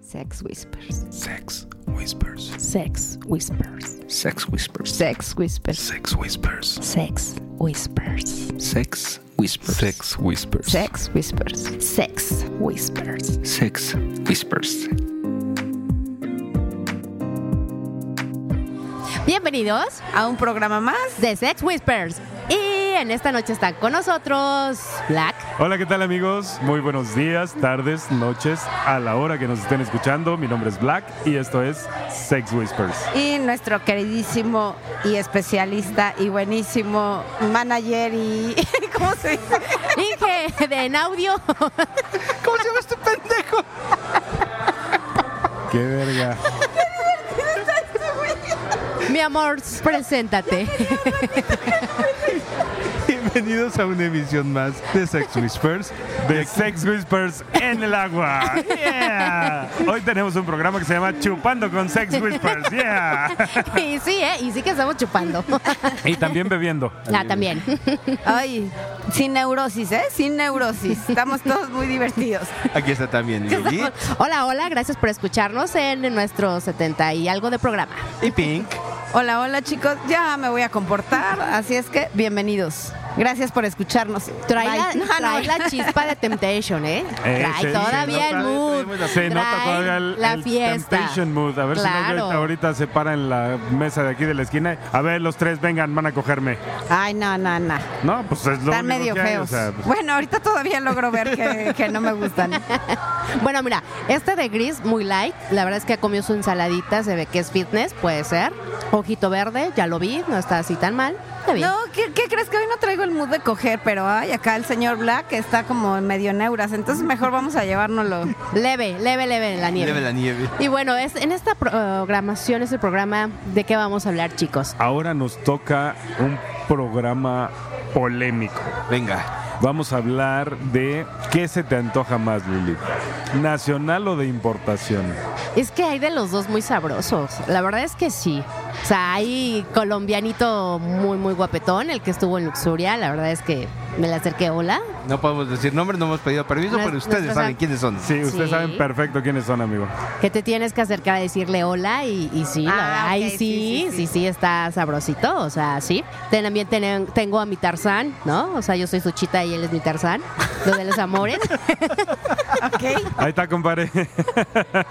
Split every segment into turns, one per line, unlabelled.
Sex Whispers.
Sex Whispers.
Sex Whispers.
Sex Whispers.
Sex Whispers.
Sex Whispers.
Sex Whispers.
Sex Whispers. Sex Whispers.
Sex Whispers. Sex Whispers.
Sex Whispers.
Bienvenidos
a un programa más.
de Sex Whispers. Y en esta noche están con nosotros Black.
Hola, ¿qué tal amigos? Muy buenos días, tardes, noches, a la hora que nos estén escuchando. Mi nombre es Black y esto es Sex Whispers.
Y nuestro queridísimo y especialista y buenísimo manager y... ¿Cómo se dice?
Inge de en audio.
¿Cómo se llama este pendejo?
¡Qué verga!
Mi amor, preséntate.
Bienvenidos a una emisión más de Sex Whispers.
De Sex Whispers en el agua. ¡Yeah! Hoy tenemos un programa que se llama Chupando con Sex Whispers. ¡Yeah!
Y sí, ¿eh? Y sí que estamos chupando.
Y también bebiendo.
Ah, también.
Ay, sin neurosis, ¿eh? Sin neurosis. Estamos todos muy divertidos.
Aquí está también Lili
Hola, hola, gracias por escucharnos en nuestro 70 y algo de programa.
y Pink.
Hola, hola chicos. Ya me voy a comportar. Así es que bienvenidos. Gracias por escucharnos.
Trae, la,
Bye. No, no.
trae la chispa de Temptation, ¿eh?
Eh,
Trae
se- se
todavía el
nota,
mood.
traemos la-
Se nota
trae
todavía el,
la
el
fiesta.
Temptation Mood. A ver si
Claro.
no, ya ahorita se para en la mesa de aquí de la esquina. A ver, los tres, vengan, van a cogerme.
Ay, no, no, no.
No, pues es lo
Están
único
medio
que hay, o
feos.
sea, pues,
Bueno, ahorita todavía logro ver que, que no me gustan.
Bueno, mira, este de gris, muy light. La verdad es que ha comido su ensaladita, se ve que es fitness, puede ser. Ojito verde, ya lo vi, no está así tan mal. Está bien.
No, ¿qué, qué crees que hoy no traigo el mood de coger? Pero ay, acá el señor Black está como medio neuras, entonces mejor vamos a llevárnoslo.
Leve, leve, leve la nieve.
Nieve la nieve.
Y bueno, es en esta programación, es el programa de qué vamos a hablar, chicos.
ahora nos toca un programa polémico.
Venga.
Vamos a hablar de qué se te antoja más, Lili. ¿Nacional o de importación?
Es que hay de los dos muy sabrosos. La verdad es que sí. O sea, hay colombianito muy, muy guapetón, el que estuvo en Luxuria. La verdad es que me le acerqué, hola.
No podemos decir nombres, no hemos pedido permiso,
Nues-
pero ustedes
nuestros
saben
am-
quiénes son.
Sí, ustedes
Sí.
saben perfecto quiénes son, amigo.
Que te tienes que acercar a decirle hola y, y sí, la
Ah,
verdad,
ok,
ahí
sí,
sí,
sí,
sí,
sí.
sí, está sabrosito. O sea, sí. Ten- También tenen- tengo a mi Tarzán, ¿no? O sea, yo soy su chita y él es mi Tarzán. Lo de los amores.
¿Ok?
Ahí está, compadre.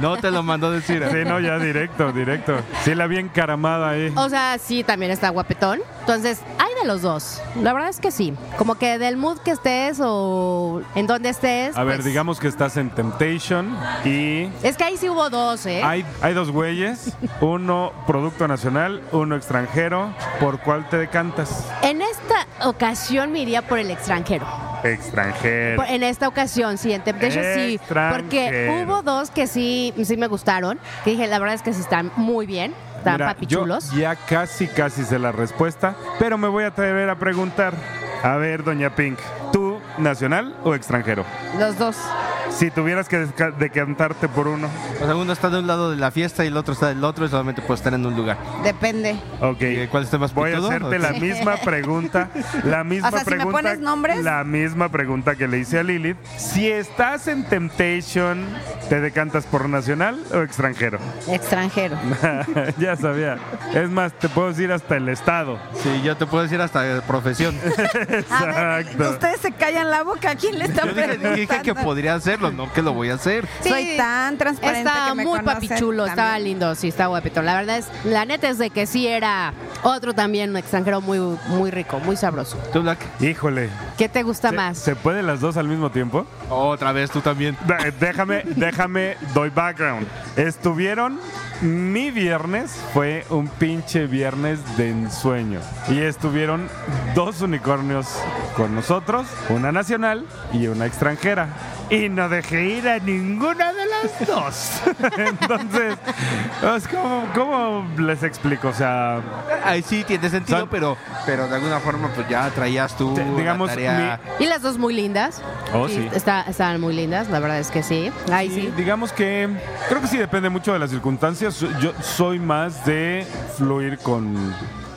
No te lo mandó decir.
Sí, no, ya directo, directo. Sí, la vi encaramada ahí.
O sea, sí, también está guapetón. Entonces, hay de los dos. La verdad es que sí. Como que del mood que estés o en donde estés.
A ver,
pues, ¿Eh?
digamos que estás en Temptation y
Es que ahí sí hubo dos, ¿eh?
hay, hay dos güeyes, uno producto nacional, uno extranjero. ¿Por cuál te decantas?
En esta ocasión me iría por el extranjero.
Extranjero.
Por- en esta ocasión, sí, en Temptation sí. Porque
Extranjero.
hubo dos que sí, sí me gustaron. Que dije, la verdad es que sí están muy bien. Están
Mira,
papichulos.
Yo ya casi, casi sé la respuesta, pero me voy a atrever a preguntar. A ver, doña Pink, ¿tú nacional o extranjero?
Los dos.
Si tuvieras que desca- decantarte por uno.
O sea, uno está de un lado de la fiesta y el otro está del otro y solamente puede estar en un lugar.
Depende.
Ok.
¿Y ¿Cuál está más
Voy a
pitudo?
hacerte la misma pregunta, la misma
O sea, si me
pregunta,
pones nombres.
la misma pregunta que le hice a Lilith. Si estás en Temptation, ¿te decantas por nacional o extranjero?
Extranjero.
ya sabía. Es más, te puedo decir hasta el estado.
Sí, yo te puedo decir hasta profesión.
A ver,
Exacto.
ustedes se callan la boca. ¿A quién le
Yo
están
dije,
preguntando?
dije que podría hacerlo, no que lo voy a hacer.
Soy tan transparente
Está
que me
muy
conocen
papichulo,
también.
estaba lindo, sí, está guapetón. La verdad es, la neta es de que sí era otro también, un extranjero muy, muy rico, muy sabroso.
Tú, Black.
Híjole.
¿Qué te gusta
¿Se-
más?
¿Se puede las dos al mismo tiempo?
Otra vez tú también.
Da- Déjame, déjame, doy background. Estuvieron, mi viernes fue un pinche viernes de ensueño. Y estuvieron dos unicornios con nosotros, una nacional y una extranjera. Y no dejé ir a ninguna de las dos. Entonces, es como, ¿cómo les explico? O sea,
Ahí sí tiene sentido,
Son-
pero, pero de alguna forma pues ya traías tú
Te- digamos,
la tarea.
Y las dos muy lindas.
Oh, sí.
está- estaban muy lindas, la verdad es que sí. Ahí
Sí,
sí.
Digamos que creo que sí depende mucho de las circunstancias. Yo soy más de fluir con,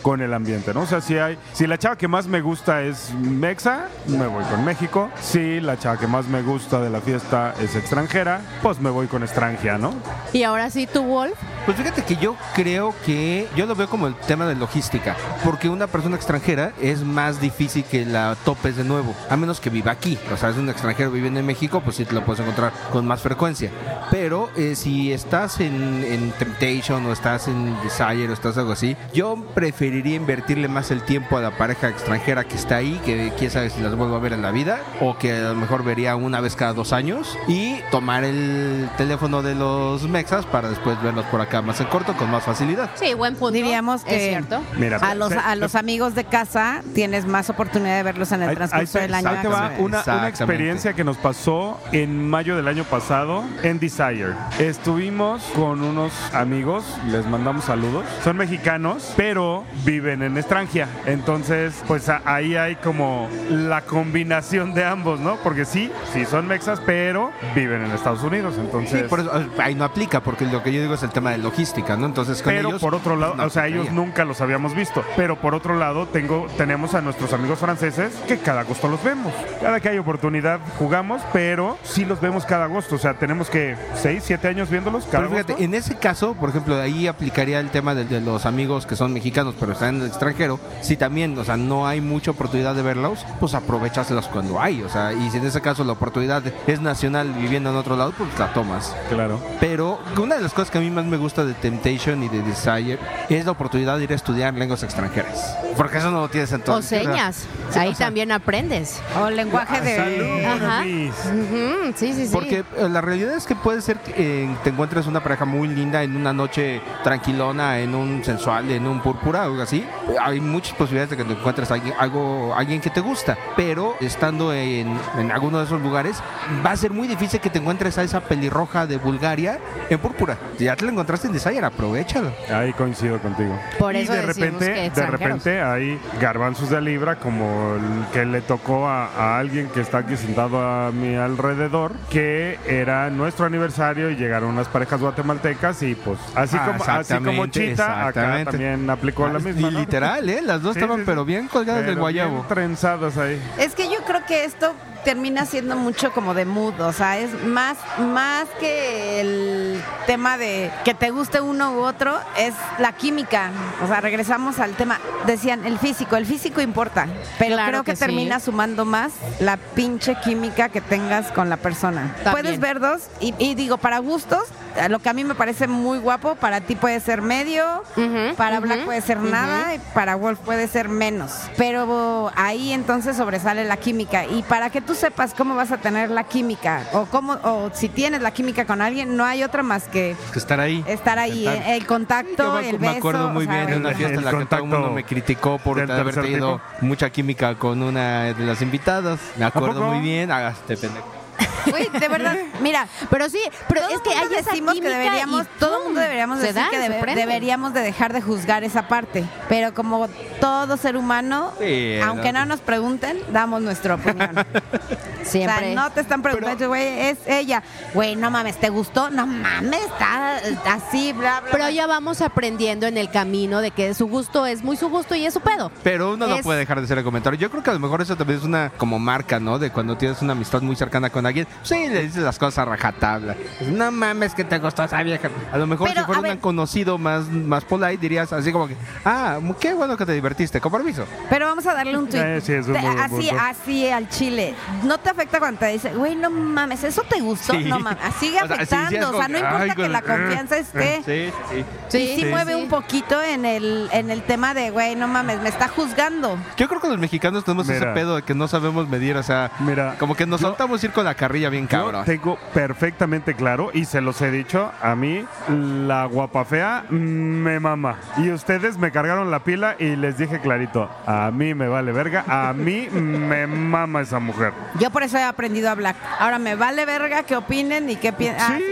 con el ambiente, ¿no? O sea, si hay, si la chava que más me gusta es Mexa, me voy con México. Si la chava que más me gusta de la fiesta es extranjera, pues me voy con extranjera, ¿no?
Y ahora sí, tu Wolf.
Pues fíjate que yo creo que yo lo veo como el tema de logística, porque una persona extranjera es más difícil que la topes de nuevo, a menos que viva aquí. O sea, es un extranjero viviendo en México, pues sí te lo puedes encontrar con más frecuencia. Pero eh, si estás en, en Temptation o estás en Desire o estás algo así, yo preferiría invertirle más el tiempo a la pareja extranjera que está ahí, que quién sabe si las vuelvo a ver en la vida, o que a lo mejor vería una vez cada dos años, y tomar el teléfono de los mexas para después verlos por acá más en corto, con más facilidad.
Sí, buen punto.
Diríamos que
Es cierto.
Mira,
a los
te-
a los amigos de casa tienes más oportunidad de verlos en el
Ahí- ahí
transcurso
te-
del año.
ahí te va
Entonces,
una, una
Exactamente.
experiencia que nos pasó en mayo del año pasado en Desire. Estuvimos con unos amigos, les mandamos saludos. Son mexicanos, pero viven en extranjera. Entonces, pues a- ahí hay como la combinación de ambos, ¿no? Porque sí, sí son mexas, pero viven en Estados Unidos. Entonces,
Sí, por eso, eh, ahí no aplica, porque lo que yo digo es el tema de logística, ¿no? Entonces, con
pero
ellos,
por otro lado,
no
o sea, ellos
aplicaría.
nunca los habíamos visto. Pero por otro lado, tengo, tenemos a nuestros amigos franceses que cada agosto los vemos. Cada que hay oportunidad jugamos, pero sí los vemos cada agosto. O sea, tenemos que 6, 7 años viéndolos cada
Pero fíjate,
agosto.
en ese caso, por ejemplo, ahí aplicaría el tema del- de, los amigos que son mexicanos pero están en el extranjero. Si también, o sea, no hay mucha oportunidad de verlos, pues aprovecháselos cuando hay. O sea, y si en ese caso la oportunidad es nacional viviendo en otro lado, pues la tomas.
Claro.
Pero una de las cosas que a mí más me gusta de Temptation y de Desire es la oportunidad de ir a estudiar lenguas extranjeras. Porque eso no lo tienes en todo.
O señas. Ahí también aprendes.
O lenguaje de.
Ajá.
Ah, Luis.
Ujú, Sí, sí, sí.
Porque eh, la realidad es que puede ser que eh, te encuentres una pareja muy linda en una noche tranquilona, en un sensual, en un púrpura o algo así. Hay muchas posibilidades de que te encuentres a alguien, algo, alguien que te gusta, pero estando en, en alguno de esos lugares va a ser muy difícil que te encuentres a esa pelirroja de Bulgaria en púrpura. Si Ya te la encontraste en Desire, aprovechalo.
Ahí coincido contigo.
Por
Y
eso
de
decimos
repente,
que
de
extranjeros.
repente hay garbanzos de libra como el que le tocó a, a alguien que está aquí sentado a mi alrededor, que era nuestro aniversario y llegaron unas parejas guatemaltecas y pues así
Ah,
como así como
exactamente,
Chita acá
exactamente. Ah,
también aplicó la misma.
Y
¿no?
literal, ¿eh? Las dos
Sí,
estaban
sí, sí.
pero bien colgadas
Pero
del guayabo.
bien trenzadas ahí.
Es que yo creo que esto termina siendo mucho como de mood, o sea, es más, más que el tema de que te guste uno u otro, es la química. O sea, regresamos al tema. Decían, el físico, el físico importa, pero
Claro
creo que,
que sí.
termina sumando más la pinche química que tengas con la persona.
También.
Puedes ver dos y, y digo, para gustos, eh, lo que a mí me parece muy guapo, para ti puede ser medio,
Ujú,
para pues.
ujú,
Black puede ser
ujú.
nada y para Wolf puede ser menos. Pero ahí entonces sobresale la química. Y para que tú sepas cómo vas a tener la química o cómo o si tienes la química con alguien, no hay otra más que
Que estar ahí.
estar ahí, eh,
Sentar.
el contacto,
Yo
el
me
beso.
acuerdo muy
o sea,
bien de una
el-
fiesta en
el
la que todo el
contacto
mundo me criticó por
del
haber
tercer
tenido mucha química con una de las invitadas. Me acuerdo
poco?
muy bien. Hágaste pendejo.
Güey, de verdad, mira,
Pero sí, pero
todo
es que
mundo
hay esa
decimos que
química
deberíamos,
y
todo
¡pum!
mundo deberíamos
se
decir
dan,
que
se
debe-
prenden.
deberíamos de dejar de juzgar esa parte, pero como todo ser humano,
Sí,
aunque
no.
no nos pregunten, damos nuestra opinión.
Siempre.
O sea, no te están preguntando, güey, es ella. Güey, no mames, ¿te gustó? No mames, está así, bla, bla.
Pero
bla.
ya vamos aprendiendo en el camino de que su gusto es muy su gusto y es su pedo.
Pero uno no
Es-
puede dejar de hacer el comentario. Yo creo que a lo mejor eso también es una como marca, ¿no? De cuando tienes una amistad muy cercana con alguien. Sí, le dices las cosas a rajatabla. No mames que te gustó esa vieja. A lo mejor
Pero,
si fuera
a
un
ver-
conocido más, más polite dirías así como que, ah, qué bueno que te divertiste. Con permiso.
Pero vamos a darle un tweet.
Eh, sí, es un muy buen
así,
punto.
así al chile. No te afecta cuando te dice, güey, no mames, ¿eso te gustó?
Sí.
No mames, sigue
O sea, sí, sí, es
afectando. o
como
sea, no
que,
importa
ay,
que
güey,
la confianza esté.
Sí, sí.
Sí,
y sí,
sí,
mueve
sí.
un poquito en el, en el tema de, güey, no mames, me está juzgando.
Yo creo que los mexicanos tenemos ese
Mira.
pedo de que no sabemos medir, o sea,
Mira,
como que nos
yo-
soltamos ir con la carrilla bien
Yo
cabrón.
tengo perfectamente claro y se los he dicho, a mí la guapa fea me mama. Y ustedes me cargaron la pila y les dije clarito, a mí me vale verga, a mí me mama esa mujer.
Yo por eso he aprendido a hablar. Ahora me vale verga que opinen y que ah, piensen.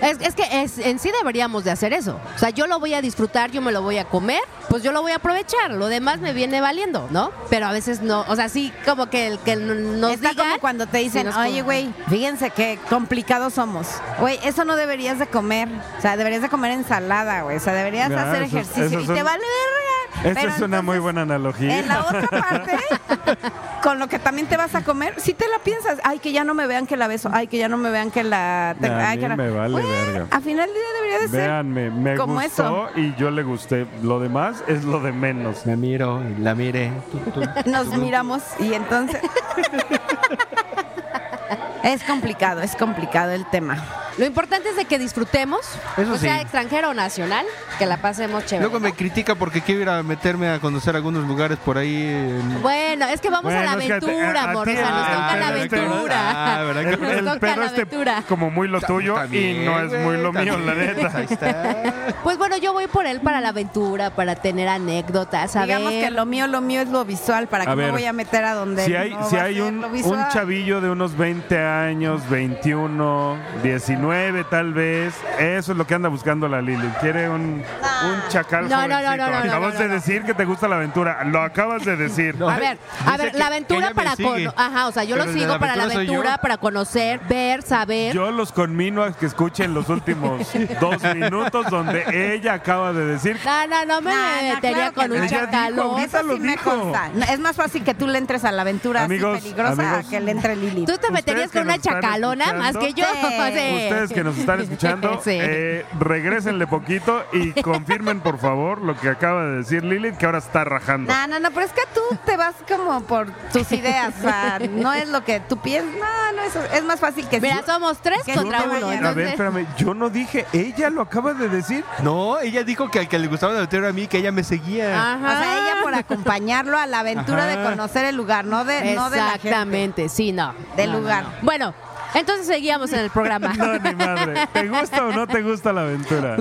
Es, es que es- en sí deberíamos de hacer eso. O sea, yo lo voy a disfrutar, yo me lo voy a comer, pues yo lo voy a aprovechar. Lo demás me viene valiendo, ¿no? Pero a veces no. O sea, sí, como que el que n- nos
Está
digan-
como cuando te
Sí,
dicen,
nos-
oye, güey, fíjense qué complicados somos. Güey, eso no deberías de comer. O sea, deberías de comer ensalada, güey. O sea, deberías
Ah,
hacer
eso-
ejercicio.
eso
y
son-
te vale verga.
Esa
Pero
es una muy
entonces,
buena analogía.
En la otra parte, con lo que también te vas a comer, si te la piensas, ay, que ya no me vean que la beso, ay, que ya no me vean que la... te-
Nah, a
ay, que
mí
la-
me vale
Bueno,
verga.
A final del día debería de ser
Véanme, me
como
gustó y yo le gusté. Lo demás es lo de menos.
Me miro, y la mire.
eso. Nos miramos y entonces... es complicado, es complicado el tema.
Lo importante es de que disfrutemos,
Eso
o sea
sí.
extranjero o nacional, que la pasemos chévere.
Luego me critica porque quiero ir a meterme a conocer algunos lugares por ahí. en-
Bueno, es que vamos a la
Bueno, es que a ti-
aventura,
a- a
amor.
ti
O sea, nos
el
toca la
perro este-
aventura.
Ah, ¿verdad?
El,
Nos
el
toca
perro
la
este
aventura.
como muy lo tuyo
También,
y no es muy
güey,
lo mío, la
también.
neta.
Ahí está.
Pues bueno, yo voy por él para la aventura, para tener anécdotas, a
Digamos
ver.
que lo mío, lo mío es lo visual, ¿para
A
qué me
ver,
voy a meter a donde
Si hay,
no
si
va a
hay
ser
un,
lo
un
visual?
chavillo de unos 20 años, 21, 19 tal vez, eso es lo que anda buscando la Lili. Quiere un, un chacal
No, no, no,
jovencito.
no, no, no,
acabas
no,
de
no.
decir que te gusta la aventura. Lo acabas de decir.
No.
A ver, a
Dice
ver,
que-
la
que
aventura
ella
para
me sigue.
cono- ajá, o sea, yo
Pero
lo
el de
sigo
la
para la
aventura soy yo.
aventura, para conocer, ver, saber.
Yo los conmino a que escuchen los últimos dos minutos donde ella acaba de decir
No, no, no me
No, Ah, no,
metería
claro que
con
no.
un
Ella dijo
chacalón.
ahorita.
Eso
lo
sí me
dijo.
consta. No, Es más fácil que tú le entres a la aventura así
Amigos,
peligrosa
amigos.
a que le entre Lili.
Tú te meterías
que
con una
nos están
chacalona más que yo.
escuchando,
Sí.
Ustedes que nos están escuchando,
Sí.
eh, regrésenle poquito y confirmen, por favor, lo que acaba de decir Lilith, que ahora está rajando.
No, no, no, pero es que tú te vas como por tus ideas, o sea, no es lo que tú piensas, no, no, eso es más fácil que
Mira, somos tres
Que
contra
no te
uno.
vayan.
A ver,
entonces-
espérame, yo no dije, ella lo acaba de decir.
No, ella dijo que al que le gustaba la aventura a mí, que ella me seguía.
Ajá.
O sea, ella por acompañarlo a la aventura de conocer el lugar, no de, no de la gente.
Exactamente, sí, no.
Del
No, no,
lugar.
no. Bueno, entonces seguíamos en el programa.
No, ni madre. ¿Te gusta o no te gusta la aventura?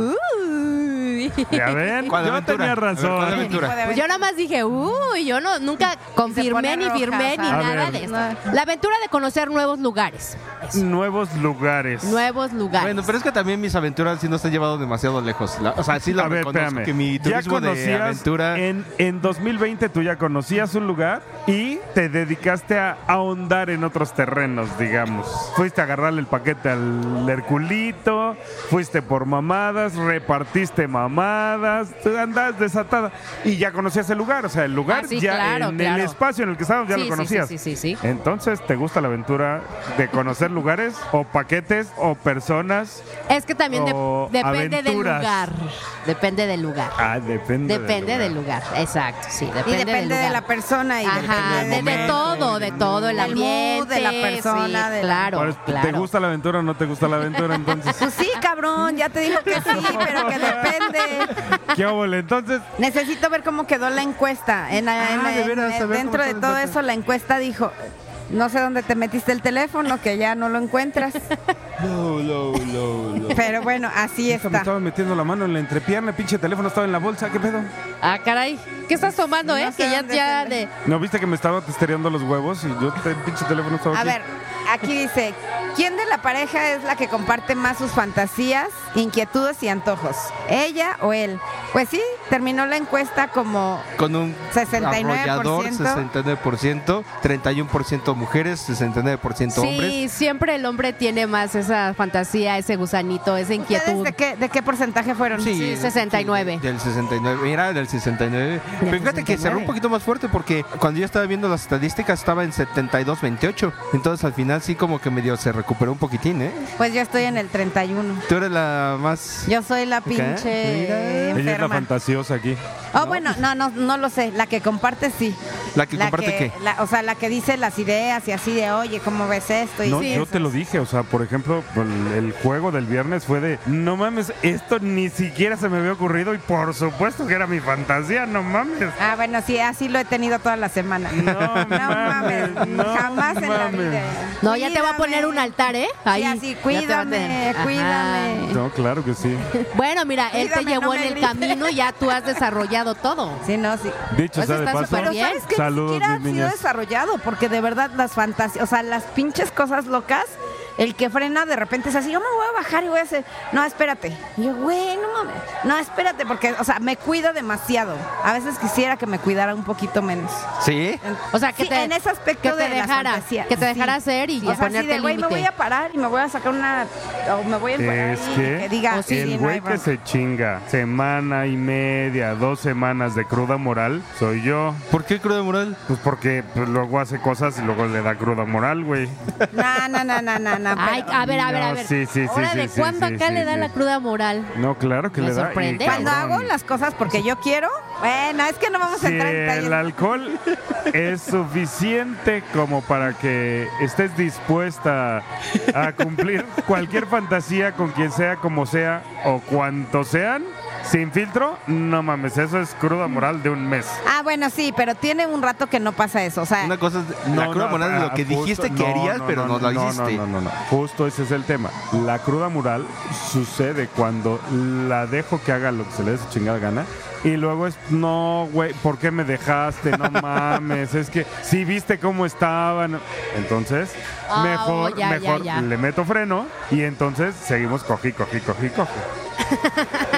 Uy.
Ya ven,
¿Cuál
yo
aventura?
tenía
A ver, ¿cuál
razón.
aventura?
Pues yo nada más dije, uy, yo no, nunca
pone
confirmé ni
roja,
firmé
o sea.
ni
A
nada
ver.
de esto. La aventura de conocer nuevos lugares.
Nuevos lugares.
Nuevos lugares.
Bueno, pero es que también mis aventuras sí no se han llevado demasiado lejos. La- o sea, sí lo
A ver,
reconozco
espérame.
que mi
ya
turismo de
conocías
aventura...
en, en 2020 tú ya conocías un lugar y te dedicaste a ahondar en otros terrenos, digamos. Fuiste a agarrarle el paquete al Herculito, fuiste por mamadas, repartiste mamadas, tú andabas desatada y ya conocías el lugar, o sea, el lugar
Ah, sí,
ya
claro,
en
claro.
el espacio en el que estábamos ya
Sí,
lo
sí,
conocías.
sí, sí, sí, sí.
Entonces, ¿te gusta la aventura de conocer lugares o paquetes o personas?
Es que también de-
O
depende del
aventuras.
lugar. Depende del lugar.
Ah, depende.
Depende del lugar. Exacto, sí. Depende,
Y depende
del lugar.
de la persona y
Ajá,
depende
de,
del
de
momento.
todo, de todo, el
Del mood,
ambiente,
de la persona,
sí,
de-
claro,
Por eso,
claro.
¿Te gusta la aventura o no te gusta la aventura entonces?
Pues sí, cabrón, ya te dijo que sí, pero que depende.
¿Qué óvole? Entonces,
Necesito ver cómo quedó la encuesta. En, la-
Ah,
en la-
de veras,
en-
a ver
dentro
cómo
de
está la
todo
encuesta.
eso, la encuesta dijo, no sé dónde te metiste el teléfono, que ya no lo encuentras.
No, no, no, no.
Pero bueno, así
hija, me
está.
estaba metiendo la mano en la entrepierna, pinche teléfono estaba en la bolsa, ¿qué pedo?
Ah, caray. ¿Qué estás tomando,
No
eh?
sé
Que ya,
dónde
ya
se-
de...
¿No viste que me estaba testereando los huevos y yo te- el pinche teléfono estaba
A
aquí?
ver, aquí dice, ¿quién de la pareja es la que comparte más sus fantasías, inquietudes y antojos? ¿Ella o él? Pues sí, terminó la encuesta como...
Con un
69%.
arrollador, 69%, 31% mujeres, 69% hombres.
Sí, siempre el hombre tiene más esa fantasía, ese gusanito, esa
¿Ustedes
inquietud.
de qué, de qué porcentaje fueron?
sí, 69.
Del 69, mira, del 69. Pero fíjate que
69.
cerró un poquito más fuerte porque cuando yo estaba viendo las estadísticas estaba en 72-28. Entonces al final sí como que medio se recuperó un poquitín, ¿eh?
Pues yo estoy en el 31.
Tú eres la más...
Yo soy la pinche
mira.
Ella es la
eh, enferma.
fantasiosa aquí.
Oh, bueno, no, no, no lo sé. La que comparte sí.
¿La que comparte qué?
la- o sea, la que dice las ideas y así de, oye, ¿cómo ves esto? Y
No,
Pues sí,
yo
eso.
te lo dije, o sea, por ejemplo, el, el juego del viernes fue de, no mames, esto ni siquiera se me había ocurrido y por supuesto que era mi fantasía, no mames.
Ah, bueno, sí, así lo he tenido toda la semana.
No,
No mames,
no
jamás en la
mames.
vida.
No, ya te va a poner un
Cuídame.
altar, ¿eh? Ahí.
Sí, así,
ya te va a
cuídame,
tener. Ajá.
cuídame.
No, claro que sí.
Bueno, mira, él te
Cuídame,
llevó
no
en
me
el
grites.
camino y ya tú has desarrollado todo.
Sí, no, sí.
Dicho
Pues
sea de
está
paso,
súper
Pero
bien.
sabes que
Saludos,
ni
mis
siquiera ha sido
niñas.
desarrollado, porque de verdad las fantasías, o sea, las pinches cosas locas el que frena de repente es así, yo me voy a bajar y voy a hacer, no, espérate. Y yo, güey, no mames, no, espérate, porque, o sea, me cuido demasiado. A veces quisiera que me cuidara un poquito menos.
¿Sí?
O sea, que
Sí,
te,
en ese aspecto
que te
de la
dejara,
fantasía.
que te
Sí.
dejara hacer y, y
O sea, así
ponerte
de, güey, me voy
límite.
a parar y me voy a sacar una, o me voy a encuadrar
Es
y
que,
diga,
o Oh, sí,
sí,
el
no
güey
hay
que
bronca.
se chinga semana y media, dos semanas de cruda moral, soy yo.
¿Por qué crudo moral?
Pues porque pues, luego hace cosas y luego le da cruda moral, güey.
No, no, no, no, no, no,
Ay,
pero-
a ver, a ver, a
No,
ver.
sí, sí, sí,
Ahora
sí,
de
sí,
cuándo
sí,
acá
sí,
le da
sí.
la cruda moral.
No, claro que
Me
le da. y
sorprende.
cabrón.
Cuando hago las cosas porque yo quiero, bueno, es que no vamos a
Si
entrar en
el
detalles.
alcohol es suficiente como para que estés dispuesta a cumplir cualquier fantasía con quien sea, como sea o cuanto sean, sin filtro, no mames, eso es cruda moral de un mes.
Ah, bueno, sí, pero tiene un rato que no pasa eso, o sea,
Una cosa es la
No,
cruda
no,
moral es lo
ah,
que
justo-
dijiste que
no,
harías,
no,
pero no, lo
no,
hiciste.
No, no, no, Justo ese es el tema. La cruda moral sucede cuando la dejo que haga lo que se le dé su chingada gana. Y luego es, no, güey, ¿por qué me dejaste? No mames, es que si viste cómo estaban. Entonces,
Ah,
mejor,
oh, ya, ya,
mejor
ya.
le meto freno y entonces seguimos cogí, cogí, cogí, cogí.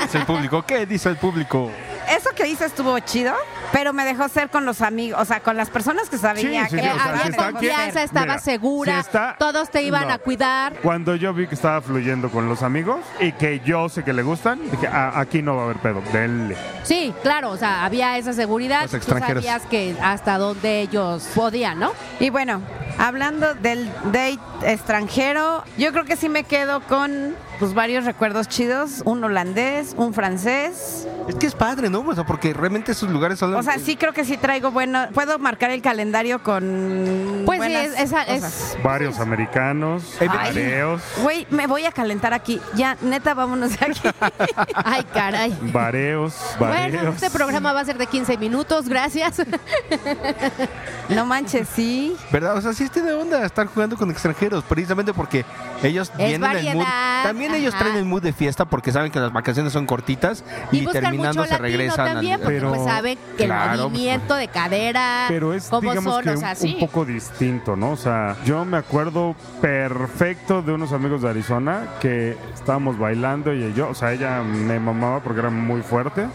Dice el público. ¿Qué dice el público?
eso que hice estuvo chido, pero me dejó ser con los amigos, o sea, con las personas que sabía
Sí, sí,
que
sí,
Eh,
o sea,
había
si está aquí-
confianza,
Mira,
estaba
si
segura,
está-
todos te iban
no.
a cuidar.
Cuando yo vi que estaba fluyendo con los amigos y que yo sé que le gustan, dije, "Ah, aquí no va a haber pedo, denle.
Sí, claro, o sea, había esa seguridad.
Los
Tú
extranjeros.
sabías que hasta donde ellos podían, ¿no?
Y bueno, hablando del date extranjero, yo creo que sí me quedo con pues, varios recuerdos chidos, un holandés, un francés.
Es que es padre, ¿no? O sea, porque realmente esos lugares son...
O sea, sí creo que sí traigo bueno, puedo marcar el calendario con
Pues sí,
buenas
es, esa-
cosas.
es,
Varios americanos,
Ay.
varios,
Güey, me voy a calentar aquí. Ya, neta, vámonos de aquí.
Ay, caray.
varios,
Bueno,
varios.
este programa va a ser de 15 minutos, gracias.
No manches, sí.
¿Verdad? O sea, sí es de onda estar jugando con extranjeros, precisamente porque ellos
Es
tienen el mood.
variedad,
También ellos
ajá.
traen el mood de fiesta porque saben que las vacaciones son cortitas y,
Y, buscan mucho
terminando se
latino
regresan. al-
también, porque
Pero-
pues saben que el
claro,
movimiento de cadera,
Pero es,
cómo
digamos
son,
que
o sea,
un,
sí.
un poco distinto, ¿no? O sea, yo me acuerdo perfecto de unos amigos de Arizona que estábamos bailando y yo, o sea, ella me mamaba porque era muy fuerte.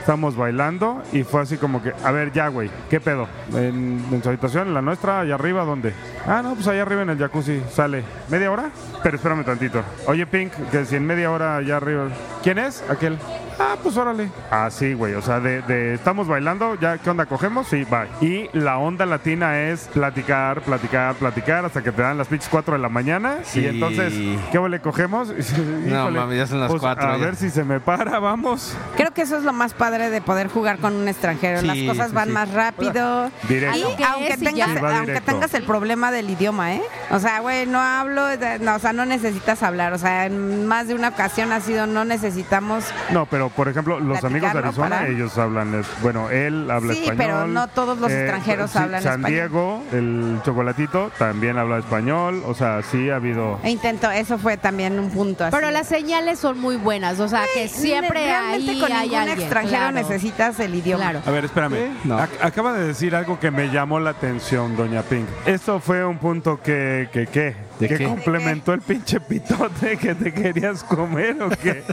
Estábamos bailando y fue así como que, a ver, ya, güey, ¿qué pedo? En, en su habitación, en la nuestra, allá arriba, ¿dónde? Ah, no, pues allá arriba en el jacuzzi, sale. ¿Media hora? Pero espérame tantito. Oye, Pink, que si en media hora allá arriba. ¿Quién es? Aquel. Ah, pues órale. Ah, sí, güey. O sea, de, de estamos bailando, ya, ¿qué onda? ¿Cogemos? Sí, bye. Y la onda latina es platicar, platicar, platicar hasta que te dan las pinches 4 de la mañana. Y
Sí.
entonces, ¿qué le cogemos? Híjole,
mames, ya son las
pues,
cuatro,
A
ya.
ver si se me para, vamos.
Creo que eso es lo más padre de poder jugar con un extranjero.
Sí,
Las cosas
sí,
van
sí.
más rápido.
Directo.
Y
Lo que
aunque
es y ya.
tengas,
Sí, va
aunque
directo.
tengas el problema del idioma, ¿eh? O sea, güey, no hablo, de- no, o sea, no necesitas hablar. O sea, en más de una ocasión ha sido, no necesitamos.
No, pero por ejemplo, los amigos de
Platicarlo
Arizona,
para-
ellos hablan, es- bueno, él habla
Sí,
español. Eh,
pero no todos los extranjeros hablan
San
español.
Diego, el chocolatito, también habla español, o sea, sí ha habido...
E intento, eso fue también un punto. Así.
Pero las señales son muy buenas, o sea, que siempre
Realmente
ahí
con
hay
ningún
alguien,
extranjero
claro.
necesitas el idioma.
Claro.
A ver, espérame.
No.
Ac- acaba de decir algo que me llamó la atención, doña Pink. Esto fue un punto que, que, que,
¿De
que
qué?
complementó el pinche pitote que te querías comer o qué.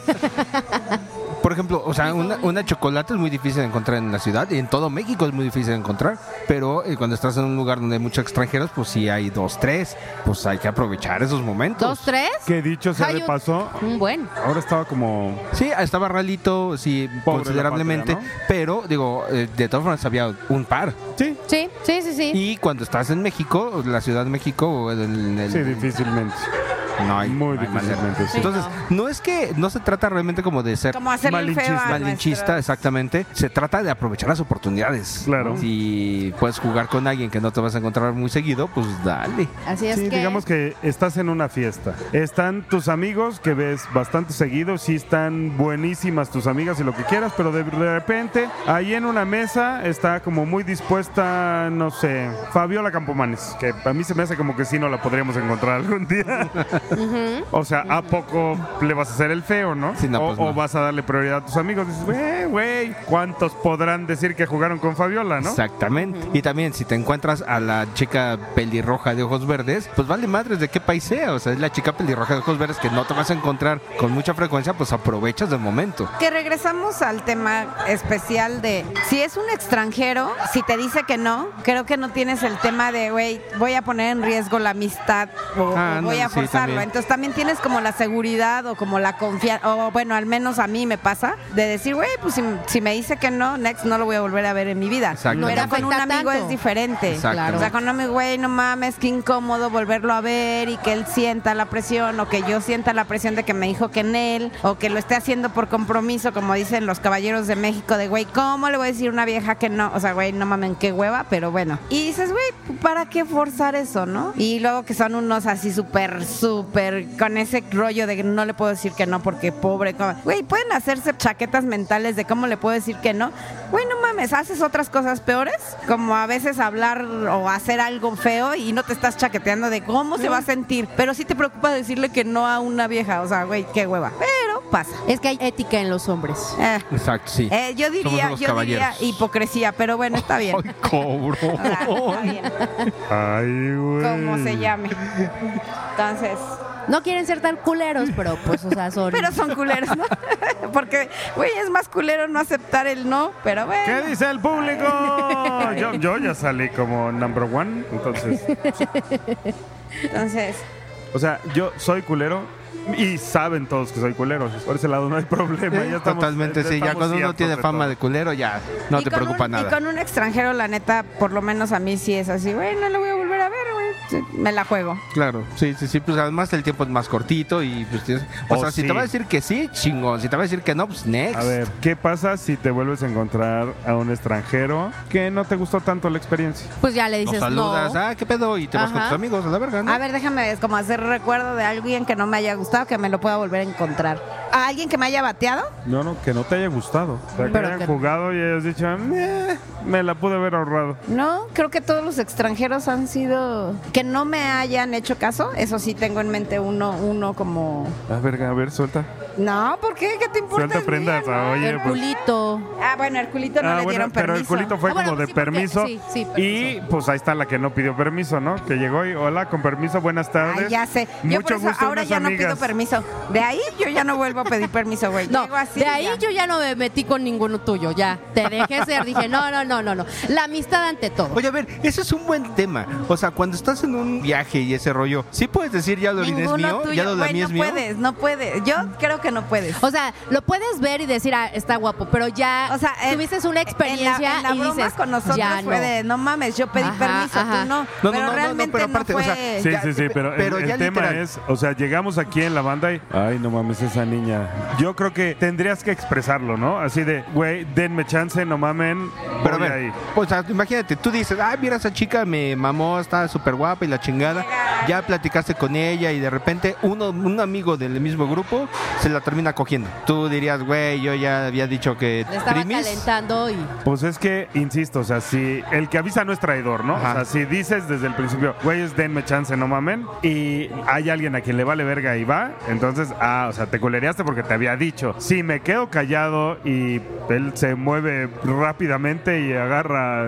Por ejemplo, o sea, una, una chocolate es muy difícil de encontrar en la ciudad y en todo México es muy difícil de encontrar, pero eh, cuando estás en un lugar donde hay muchos extranjeros, pues sí hay dos, tres, pues hay que aprovechar esos momentos.
¿Dos, tres?
que dicho sea
Hay
de
un-
paso,
Un buen.
ahora estaba como...
Sí, estaba ralito, sí,
Pobre
considerablemente,
la patria,
pero digo, eh, de todas formas había un par.
Sí,
Sí, sí, sí, sí.
Y cuando estás en México, la Ciudad de México, o en el, en el-
sí, difícilmente.
No hay,
Muy
no hay manera.
difícilmente, sí.
Entonces, no es que no se trata realmente como de ser
Como hacerle el feo
malinchista,
a nuestro-
exactamente. Se trata de aprovechar las oportunidades.
Claro.
Si puedes jugar con alguien que no te vas a encontrar muy seguido, pues dale.
Así es
sí,
que...
digamos que estás en una fiesta. Están tus amigos que ves bastante seguido, sí están buenísimas tus amigas y lo que quieras, pero de repente ahí en una mesa está como muy dispuesta, no sé, Fabiola Campomanes, que a mí se me hace como que sí no la podríamos encontrar algún día. O sea, ¿a poco le vas a hacer el feo, no?
Sí, no,
o,
pues no.
o vas a darle prioridad a tus amigos. Dices, güey, güey, ¿cuántos podrán decir que jugaron con Fabiola, Ah, no?
Exactamente. Y también, si te encuentras a la chica pelirroja de ojos verdes, pues vale madres de qué país sea. O sea, es la chica pelirroja de ojos verdes que no te vas a encontrar con mucha frecuencia, pues aprovechas de momento.
Que regresamos al tema especial de si es un extranjero, si te dice que no, creo que no tienes el tema de, güey, voy a poner en riesgo la amistad o
Ah,
o
no,
voy a
sí,
forzarlo.
también.
Entonces también tienes como la seguridad o como la confianza, o bueno, al menos a mí me pasa, de decir, güey, pues si, si me dice que no, next no lo voy a volver a ver en mi vida.
Exacto. No te
Pero con un
afecta
amigo
tanto.
es diferente.
Exacto.
Claro.
O sea, con un güey, no mames, qué incómodo volverlo a ver y que él sienta la presión o que yo sienta la presión de que me dijo que en él o que lo esté haciendo por compromiso, como dicen los caballeros de México, de güey, ¿cómo le voy a decir a una vieja que no? O sea, güey, no mamen, qué hueva, pero bueno. Y dices, güey, ¿para qué forzar eso, no? Y luego que son unos así súper, súper con ese rollo de que no le puedo decir que no porque pobre. co- Güey, pueden hacerse chaquetas mentales de cómo le puedo decir que no. Güey, no mames, haces otras cosas peores, como a veces hablar o hacer algo feo y no te estás chaqueteando de cómo se va a sentir, pero sí te preocupa decirle que no a una vieja, o sea, güey, qué hueva. Pero pasa.
Es que hay ética en los hombres.
Eh,
Exacto, sí.
eh, yo diría,
unos
yo diría
caballeros.
hipocresía, pero bueno, está bien.
Ay, cobro.
O sea, está bien,
Ay, güey.
como se llame. Entonces,
No quieren ser tan culeros, pero pues, o sea, son.
pero son culeros, ¿no? Porque, güey, es más culero no aceptar el no, pero bueno.
¿Qué dice el público? Yo, yo ya salí como number one, entonces.
Entonces,
O sea, yo soy culero y saben todos que soy culero. Por ese lado no hay problema. ya estamos-
Totalmente, sí. Ya
estamos
cuando uno
ciertos
tiene
de
fama
todo.
de culero, ya no
y
te
con
preocupa
un- Y
nada.
con un extranjero, la neta, por lo menos a mí sí es así, güey, no lo voy a volver a ver, güey. Sí, Me la juego.
Claro, sí, sí, sí, pues además el tiempo es más cortito y pues tienes... O
Oh,
sea, si
sí.
te va a decir que sí, chingón, si te va a decir que no, pues next.
A ver, ¿qué pasa si te vuelves a encontrar a un extranjero que no te gustó tanto la experiencia?
Pues ya le
Nos
dices
saludas,
no.
ah, qué pedo, y te vas con
Ajá.
tus amigos, a la verga, ¿no?
A ver, déjame es como hacer recuerdo de alguien que no me haya gustado, que me lo pueda volver a encontrar. ¿A alguien que me haya bateado?
No, no, que no te haya gustado. O sea, que
Pero
hayan
que-
jugado y hayas dicho, "Meh, me la pude haber ahorrado.
No, creo que todos los extranjeros han sido que no me hayan hecho caso. Eso sí tengo en mente uno, uno como
A ver, Ah, a ver, suelta.
no, ¿por qué? ¿Qué te importa?
Suelta
el
prendas,
mío, no?
oye, pues.
El culito.
Ah, bueno, el culito no
Ah,
le
bueno,
dieron
pero el
permiso.
culito fue
Ah, bueno,
como de
sí, porque-
permiso.
sí, sí,
Y pues ahí está la que no pidió permiso, ¿no? Que llegó y, hola, con permiso, buenas tardes.
Ay, ya sé. Yo
Mucho
por eso
gusto,
ahora
unas
ya no
amigas.
pido permiso. De ahí yo ya no vuelvo a pedir permiso, güey.
No,
Llego así
de
y
ahí
ya.
yo ya no me metí con ninguno tuyo, ya. Te dejé ser, dije, no, no, no, no, no. La amistad ante todo.
Oye, a ver, eso es un buen tema. O sea, cuando estás en un viaje y ese rollo, sí puedes decir, ya lo oriné es
Ninguno
mío,
tuyo.
ya lo
Güey,
lamí
no
es mío.
puedes, no puedes. Yo creo que no puedes.
O sea, lo puedes ver y decir, ah, está guapo, pero ya
O sea, eh, en-
tuviste una experiencia
en la, en la
y
broma
dices,
con nosotros
ya
fue
no.
de, no mames, yo pedí
Ajá,
permiso,
ajá.
tú no.
No, no,
pero
no, no, no,
realmente
pero
no
aparte, o
fue.
sea,
Sí,
Ya,
sí, sí, pero, el-
pero
el,
ya
tema
literal.
es, o sea, llegamos aquí en la banda y, ay, no mames, esa niña. Yo creo que tendrías que expresarlo, ¿no? Así de, güey, denme chance, no mamen,
Pero a
voy
ver,
ahí.
o sea, imagínate, tú dices, ah, mira, esa chica me mamó, está súper guapa y la chingada. Ya platicaste con ella y de repente uno, un amigo del mismo grupo se la termina cogiendo. Tú dirías, güey, yo ya había dicho que
Le estaba
primis".
calentando y
Pues es que, insisto, o sea, si el que avisa no es traidor, ¿no?
Ajá.
O sea, si dices desde el principio, güeyes, denme chance, no mamen, y hay alguien a quien le vale verga y va, entonces, ah, o sea, te culereaste porque te había dicho. Si me quedo callado y él se mueve rápidamente y agarra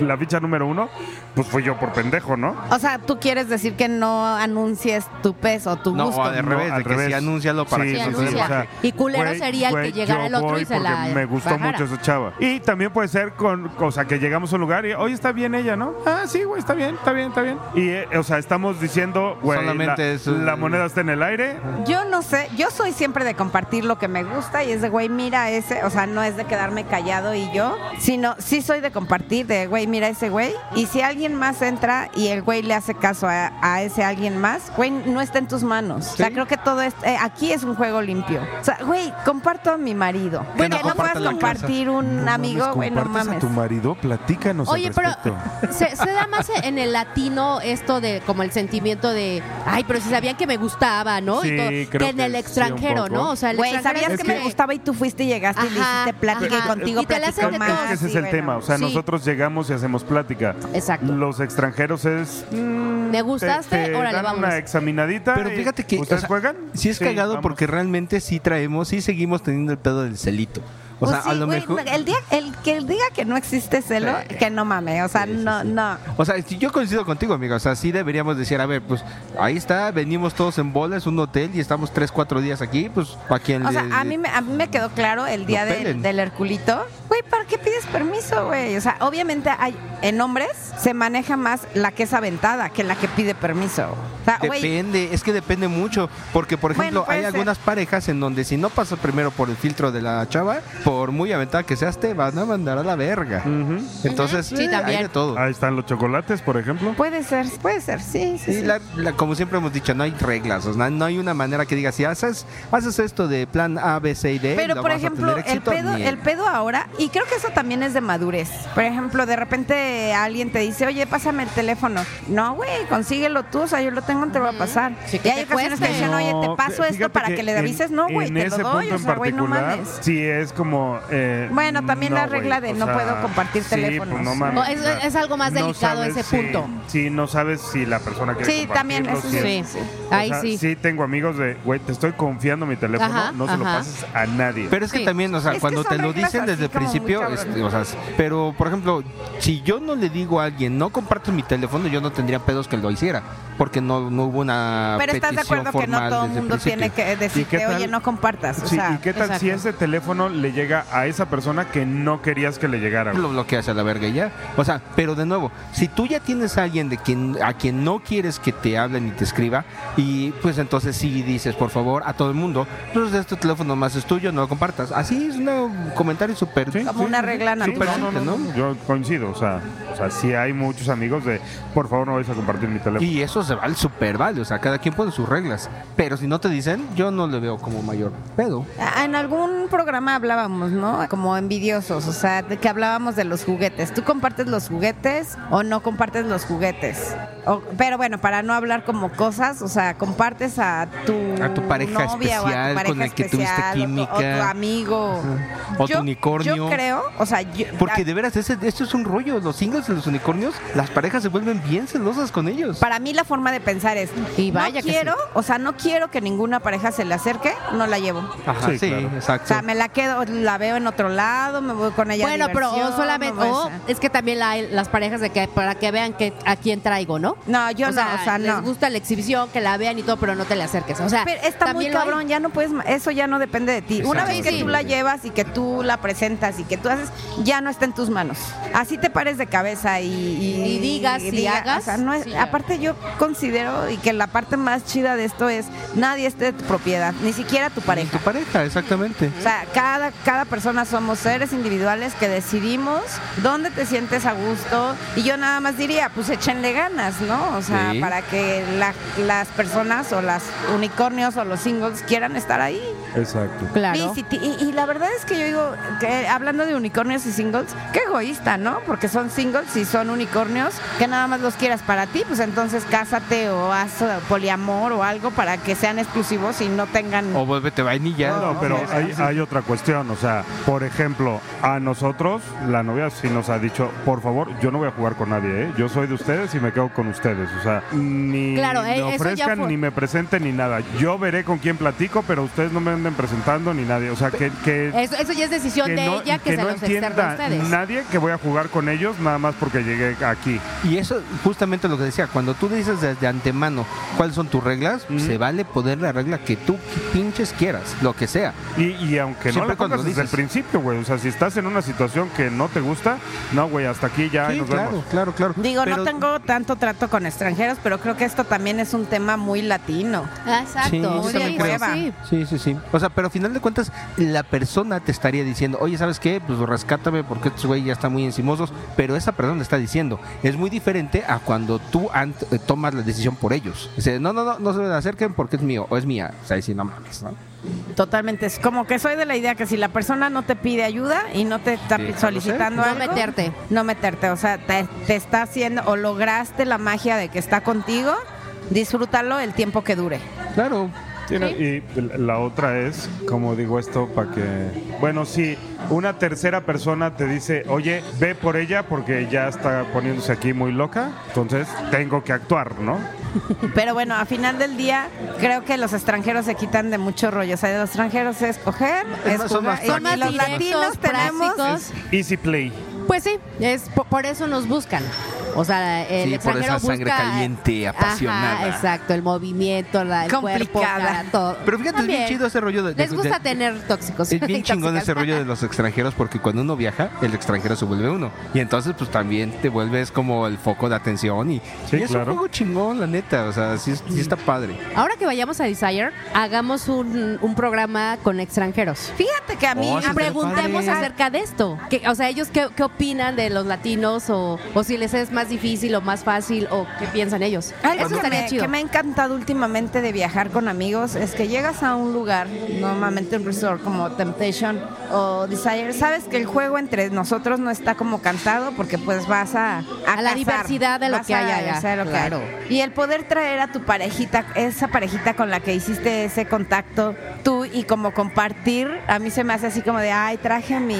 la ficha número uno, pues fui yo por pendejo, ¿no?
O sea, tú quieres decir que no anuncies tu peso, tu
No,
gusto.
o al
No,
revés, de
al
que
revés.
sí, anúncialo para
Sí,
que
sí,
no te
anuncia.
den baje.
Y culero
Güey,
sería el que
güey,
llegara
yo
el otro
voy
y se
porque
la
Me gustó
bajara.
mucho esa chava. Y también puede ser con, o sea, que llegamos a un lugar y, oye, está bien ella, ¿no? Ah, sí, güey, está bien, está bien, está bien. Y, eh, o sea, estamos diciendo, güey,
Solamente
la,
es un-
la moneda está en el aire.
Yo no sé, yo soy siempre de compartir lo que me gusta y es de, güey, mira ese, o sea, no es de quedarme callado y yo, sino sí soy de compartir, de, güey, mira ese güey. Y si alguien más entra y el güey le hace caso a, a ese alguien más, güey, no está en tus manos. O sea,
Sí.
creo que todo es, eh, aquí es un juego limpio. O sea, güey, comparto a mi marido.
Que
Güey,
no
que no puedes
compartan la
compartir
No
un
mames,
amigo, güey, no
¿compartes a
mames.
tu marido? Platícanos
Oye,
al
pero
respecto.
se, se da más en el latino esto de como el sentimiento de, ay, pero si sabían que me gustaba, ¿no?
Sí,
y todo,
creo
que en
que
el
sí,
extranjero,
un poco.
¿no? O sea, el
Güey,
extranjero
sabías
es
que, me
que-
gustaba y tú fuiste y llegaste y le
Ajá,
hiciste plática
ajá.
y contigo
Y te la hacen
platicó
de
más.
todo.
Es que ese
Sí,
es el
güey,
tema.
no.
O sea,
Sí.
nosotros llegamos y hacemos plática.
Exacto.
Los extranjeros es. mm,
¿Me gustaste?
Te, te
Órale,
dan
vámonos.
una examinadita.
Pero
y-
fíjate que.
¿Ustedes
o sea,
juegan?
Sí, es cagado
vamos.
porque realmente sí traemos, sí seguimos teniendo el pedo del celito. O
Pues
sea, a
sí,
lo
güey,
mejor.
El, día, el que él diga que no existe celo,
Sí.
que no mame. O sea,
Sí, sí,
no,
sí.
no.
O sea, sí, yo coincido contigo, amiga. O sea, sí deberíamos decir, a ver, pues ahí está, venimos todos en bola, es un hotel y estamos tres, cuatro días aquí, pues para quien
O
le-
sea, a mí, me- a mí me quedó claro el día
Lo
del,
pelen.
del Herculito. Güey, ¿para qué pides permiso, güey? O sea, obviamente hay, en hombres se maneja más la que es aventada que la que pide permiso. O sea, ah, güey,
Depende, es que depende mucho, porque por
Bueno,
ejemplo
puede
hay
ser.
algunas parejas en donde si no pasas primero por el filtro de la chava, por muy aventada que seas, te van a mandar a la verga.
Ujú.
Entonces,
Ujú, sí,
eh,
también.
hay de todo.
Ahí están los chocolates, por ejemplo.
puede ser, puede ser, sí, sí.
Sí,
sí.
la- la- como siempre hemos dicho, no hay reglas, o sea, no hay una manera que diga si haces, haces esto de plan A, B, C y D.
Pero
lo
por
vas Eh, a
ejemplo,
tener
el
éxito,
pedo,
ni
el pedo ahora, y creo que eso también es de madurez. Por ejemplo, de repente alguien te dice, oye, pásame el teléfono. No, güey, consíguelo tú, o sea, yo lo tengo, te lo voy a pasar.
Sí,
y
que
hay
te
ocasiones que
cueste.
dicen, oye, te
No,
paso
fíjate
esto para que, le
en-
avises. No, güey,
en
te lo
ese
doy,
punto
o
en
sea, güey, no
particular,
mames.
Sí, es como. eh,
Bueno, también la
güey,
regla de
o
no puedo compartir
sí,
teléfonos.
pues, no mames,
No, es-
o sea,
es algo más delicado ese
si-
punto.
Sí, no sabes si la persona quiere
Sí, también,
compartirlo,
eso
si
Sí,
es- o sea,
ahí sí.
Sí, tengo amigos de, güey, te estoy confiando mi teléfono,
Ajá,
no se lo
ajá.
pases a nadie.
Pero es que
Sí.
también, o sea,
Es que
cuando
son
te lo
reglas
dicen
así
desde el
como muy
principio,
cabronas.
este, o sea, pero por ejemplo, si yo no le digo a alguien, no comparto mi teléfono, yo no tendría pedos que lo hiciera, porque no, no hubo una
Pero estás de
petición
acuerdo que no
formal
todo el
desde
mundo tiene
principio.
que
qué
decirte,
tal?
oye, no compartas. O
Sí,
sea,
¿y qué tal si
exacto.
ese teléfono le llega a esa persona que no querías que le llegara? güey?
lo bloqueas a la verga y ya. O sea, pero de nuevo, si tú ya tienes a alguien de quien a quien no quieres que te hable ni te escriba y pues entonces sí dices, por favor, a todo el mundo, entonces este teléfono más es tuyo, no lo compartas. Así es una- un comentario súper
Sí,
Como
sí,
una
sí,
regla
sí,
natural.
no, no, no,
¿no?
Yo coincido, o sea, o sea, sí hay muchos amigos de, por favor, no vais a compartir mi teléfono.
Y eso se vale súper vale, o sea, cada quien pone sus reglas. Pero si no te dicen, yo no le veo como mayor pedo.
Ah, En algún programa hablábamos, ¿no? Como envidiosos, o sea, de que hablábamos de los juguetes. ¿Tú compartes los juguetes o no compartes los juguetes? O- pero bueno, para no hablar como cosas, o sea, compartes a tu,
A tu pareja
novia o a tu
especial
pareja
con el que tuviste
especial, o tu- o tu,
química.
amigo,
Ajá. O tu unicornio.
Yo creo, o sea, yo,
Porque de veras, ese, esto es un rollo. Los singles y los unicornios, las parejas se vuelven bien celosas con ellos.
Para mí la forma de pensar es,
Y
no
vaya que
quiero, o sea, no quiero que ninguna pareja se le acerque, no la llevo.
Ajá,
Sí,
sí,
claro.
O
exacto.
sea, me la quedo, la veo en otro lado, me voy con ella. a
Bueno, pero o
diversión,
solamente,
me voy a
o
hacer.
es que también la- las parejas de que para que vean que a quién traigo, ¿no?
No, yo no, o sea,
les
no.
gusta la exhibición, que la vean y todo, pero no te le acerques. O sea,
Pero está muy
también lo hay.
cabrón, ya no puedes, ma- eso ya no depende de ti. Una
Exacto.
vez que
Sí,
tú
sí.
la llevas y que tú la presentas y que tú haces, ya no está en tus manos. Así te pares de cabeza y,
Y digas y hagas.
o sea, no es-
Sí, claro.
aparte yo considero y que la parte más chida de esto es nadie esté de tu propiedad, ni siquiera tu
En tu
pareja.
pareja, exactamente.
O sea, cada, cada persona somos seres individuales que decidimos dónde te sientes a gusto. Y yo nada más diría, pues échenle ganas, ¿no? O sea,
Sí.
para que la- las personas o las unicornios o los singles quieran estar ahí.
Exacto.
Claro.
Oye, si ti- Y, y la verdad es que yo digo, que hablando de unicornios y singles, qué egoísta, ¿no? Porque son singles y son unicornios que nada más los quieras para ti, pues entonces cásate o haz eh, poliamor o algo para que sean exclusivos y no tengan...
O vuélvete vainilla.
No, pero
Ah,
eh,
sí,
hay,
sí.
hay otra cuestión, o sea, por ejemplo, a nosotros la novia sí nos ha dicho, por favor, yo no voy a jugar con nadie, ¿eh? yo soy de ustedes y me quedo con ustedes, o sea, ni
Claro, eh,
me
eso ya
ofrezcan,
fue-
ni me presenten, ni nada. Yo veré con quién platico, pero ustedes no me anden presentando ni nadie, o sea, que... que
Eso, eso ya es decisión
que
de
no,
ella que,
que
se
no
los externa a
entienda
ustedes.
nadie que voy a jugar con ellos nada más porque llegué aquí.
Y eso, justamente lo que decía, cuando tú dices desde antemano cuáles son tus reglas,
Ujú.
se vale poner la regla que tú pinches quieras, lo que sea.
Y, y aunque no
Siempre
la pongas
cuando
desde el
dices.
principio, güey. O sea, si estás en una situación que no te gusta, no, güey, hasta aquí ya y
Sí,
nos
claro,
vemos.
claro, claro.
Digo,
Pero-
no tengo tanto trato con extranjeros, pero creo que esto también es un tema muy latino.
Ah, Exacto.
Sí, yo
sí,
también
sí,
creo.
sí.
Sí, sí, sí. O sea, pero al final de cuentas, la persona te estaría diciendo, oye, ¿sabes qué? Pues rescátame porque estos güey ya están muy encimosos. Pero esa persona le está diciendo. Es muy diferente a cuando tú ant- eh, tomas la decisión por ellos. Dice, no, no, no, no se me acerquen porque es mío o es mía. O sea, ahí sí, no mames, ¿no?
Totalmente. Es como que soy de la idea que si la persona no te pide ayuda y no te está
Déjalo ser.
No
solicitando algo,
meterte.
No meterte. O sea, te, te está haciendo o lograste la magia de que está contigo, disfrútalo el tiempo que dure.
Claro.
Sí, ¿no? Y la- la otra es, como digo esto, para que... Bueno, si una tercera persona te dice, oye, ve por ella porque ya está poniéndose aquí muy loca, entonces tengo que actuar, ¿no?
Pero bueno, a final del día, creo que los extranjeros se quitan de mucho rollo. O sea, los extranjeros es coger,
Es
es,
más, son más
jugar, y-
Son más
y los
directos,
latinos tenemos
prácticos.
Easy play.
Pues sí, es po- por eso nos buscan. O sea, el
Sí, por
extranjero
esa sangre
busca-
caliente,
Ajá,
apasionada.
exacto, el movimiento, la, el cuerpo,
Complicada.
cara, todo.
Pero fíjate, es bien
También.
chido ese rollo de. de-
Les gusta
de-
tener tóxicos.
Es bien chingón
Tóxicas.
ese rollo de los extranjeros porque cuando uno viaja, el extranjero se vuelve uno. Y entonces, pues también te vuelves como el foco de atención. Y,
Sí,
y es
claro.
un juego chingón, la neta. O sea, sí, sí está padre.
Ahora que vayamos a Desire, hagamos un, un programa con extranjeros.
Fíjate que a mí
Oh, sí,
Y
a-
pero
Ah, preguntemos
padre.
acerca de esto. Que, o sea, ellos qué, qué opinan de los latinos o, o si les es más difícil o más fácil o qué piensan ellos.
Algo
Ah, Eso
que
estaría
me,
chido.
que me ha encantado últimamente de viajar con amigos es que llegas a un lugar, normalmente un resort como Temptation o Desire, sabes que el juego entre nosotros no está como cantado porque pues vas a...
A la
cazar,
diversidad de lo
vas
que hay
a
allá,
hacer lo que
claro.
hay. Y el poder traer a tu parejita, esa parejita con la que hiciste ese contacto tú y como compartir, a mí se me hace así como de, ay, traje mi,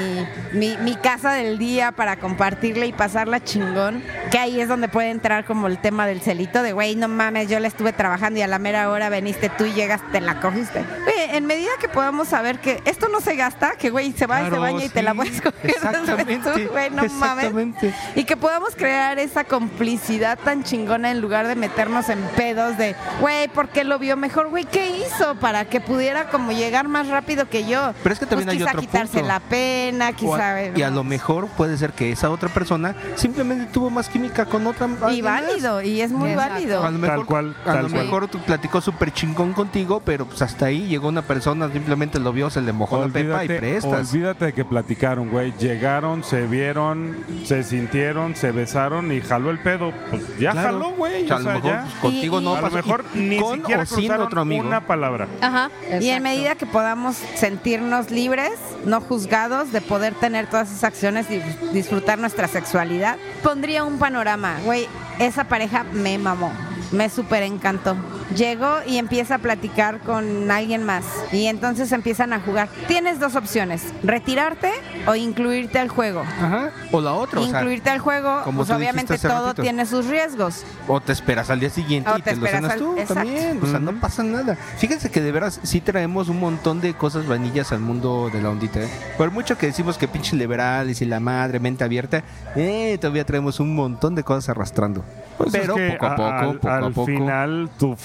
mi, mi casa del día para compartirla y pasarla chingón, que ahí es donde puede entrar como el tema del celito de, güey, no mames, yo la estuve trabajando y a la mera hora veniste tú y llegaste, te la cogiste. Güey, en medida que podamos saber que esto no se gasta, que güey, se va y se
Claro,
baña y te la
sí,
puedes coger. después tú,
Exactamente.
güey, no mames.
exactamente.
Y que podamos crear esa complicidad tan chingona en lugar de meternos en pedos de, güey, ¿por qué lo vio mejor? Güey, ¿qué hizo para que pudiera como llegar más rápido que yo?
Pero es que también
Pues
hay
quizá
otro
quitarse
punto.
la pena,
O
quizá...
a-
eh,
y a lo mejor puede ser que esa otra persona simplemente tuvo más química con otra.
Y
alguien más.
válido, y es muy
Exacto.
A
válido.
lo mejor,
Tal cual,
a
tal
lo
cual.
mejor tú platicó súper chingón contigo, pero pues hasta ahí llegó una persona, simplemente lo vio, se le mojó la pepa y prestas.
olvídate de que platicaron, güey. Llegaron, se vieron, se sintieron, se besaron y jaló el pedo. Pues ya
Claro.
jaló, güey.
O sea,
o
a lo
sea,
mejor
ya.
pues, contigo
Y- y-
no
a lo
pasó.
mejor
y
ni
con
siquiera
o sin
cruzaron
otro amigo.
una palabra.
Ajá.
Y en
exacto.
medida que podamos sentirnos libres, no juzgados, de poder tener todas esas acciones y disfrutar nuestra sexualidad, pondría un panorama. Güey, esa pareja me mamó. Me súper encantó. Llegó y empieza a platicar con alguien más. Y entonces empiezan a jugar. Tienes dos opciones: retirarte o incluirte al juego.
Ajá. O la otra, o sea,
Incluirte al juego,
como
pues
tú
obviamente
dijiste hace
todo
ratito.
tiene sus riesgos.
O te esperas al día siguiente
O
y
te
te lo
esperas
cenas
al-
tú
exacto.
también. O sea, no pasa nada. Fíjense que de veras sí traemos un montón de cosas vanillas al mundo de la ondita. ¿eh? Por mucho que decimos que pinche liberales y la madre, mente abierta, eh, todavía traemos un montón de cosas arrastrando.
Pues es
pero
que
poco a
a-
poco,
al,
poco a
al
poco.
final tu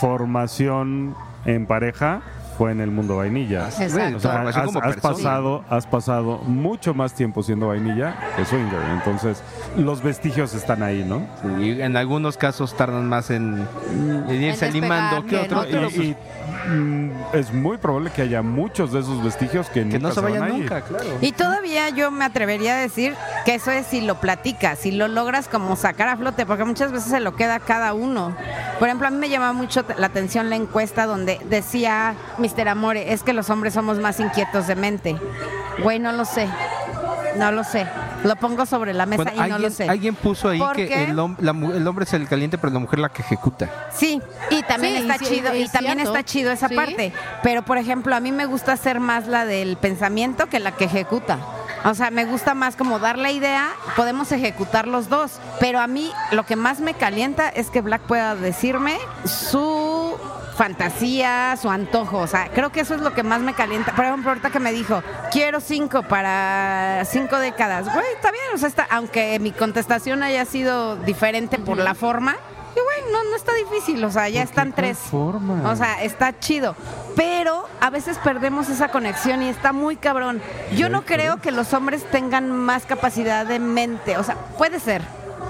formación en pareja fue en el mundo vainilla.
Así, güey,
Exacto.
o sea,
has,
relación como
has
persona.
pasado, has pasado mucho más tiempo siendo vainilla que swinger. Entonces, los vestigios están ahí, ¿no?
Y en algunos casos tardan más en, en irse
En
limando que
despegar,
otro.
en otro.
pero,
Y, y, mm, es muy probable que haya muchos de esos vestigios que,
pues, que
nunca
no se
van a
vayan
ir.
nunca, claro.
Y todavía yo me atrevería a decir que eso es si lo platicas, si lo logras como sacar a flote, porque muchas veces se lo queda a cada uno. Por ejemplo, a mí me llamaba mucho la atención la encuesta donde decía, Mister Amore, es que los hombres somos más inquietos de mente. Güey, no lo sé, no lo sé. Lo pongo sobre la mesa
Bueno,
y pues no lo sé.
alguien puso ahí
¿Por
que
qué?
el, hom- la mu- el hombre es el caliente, pero la mujer la que ejecuta.
Sí, y también
Sí,
está
sí,
chido,
es
y también
cierto.
está chido esa
Sí.
parte. Pero por ejemplo, a mí me gusta hacer más la del pensamiento que la que ejecuta. O sea, me gusta más como dar la idea, podemos ejecutar los dos. Pero a mí lo que más me calienta es que Black pueda decirme su fantasía, su antojo. O sea, creo que eso es lo que más me calienta. Por ejemplo, ahorita que me dijo, quiero cinco para cinco décadas. Güey, está bien. O sea, está, aunque mi contestación haya sido diferente por la forma, y güey, no, no está difícil. O sea, ya están tres. O sea, está chido. Pero a veces perdemos esa conexión y está muy cabrón. Yo no creo que los hombres tengan más capacidad de mente. O sea, puede ser.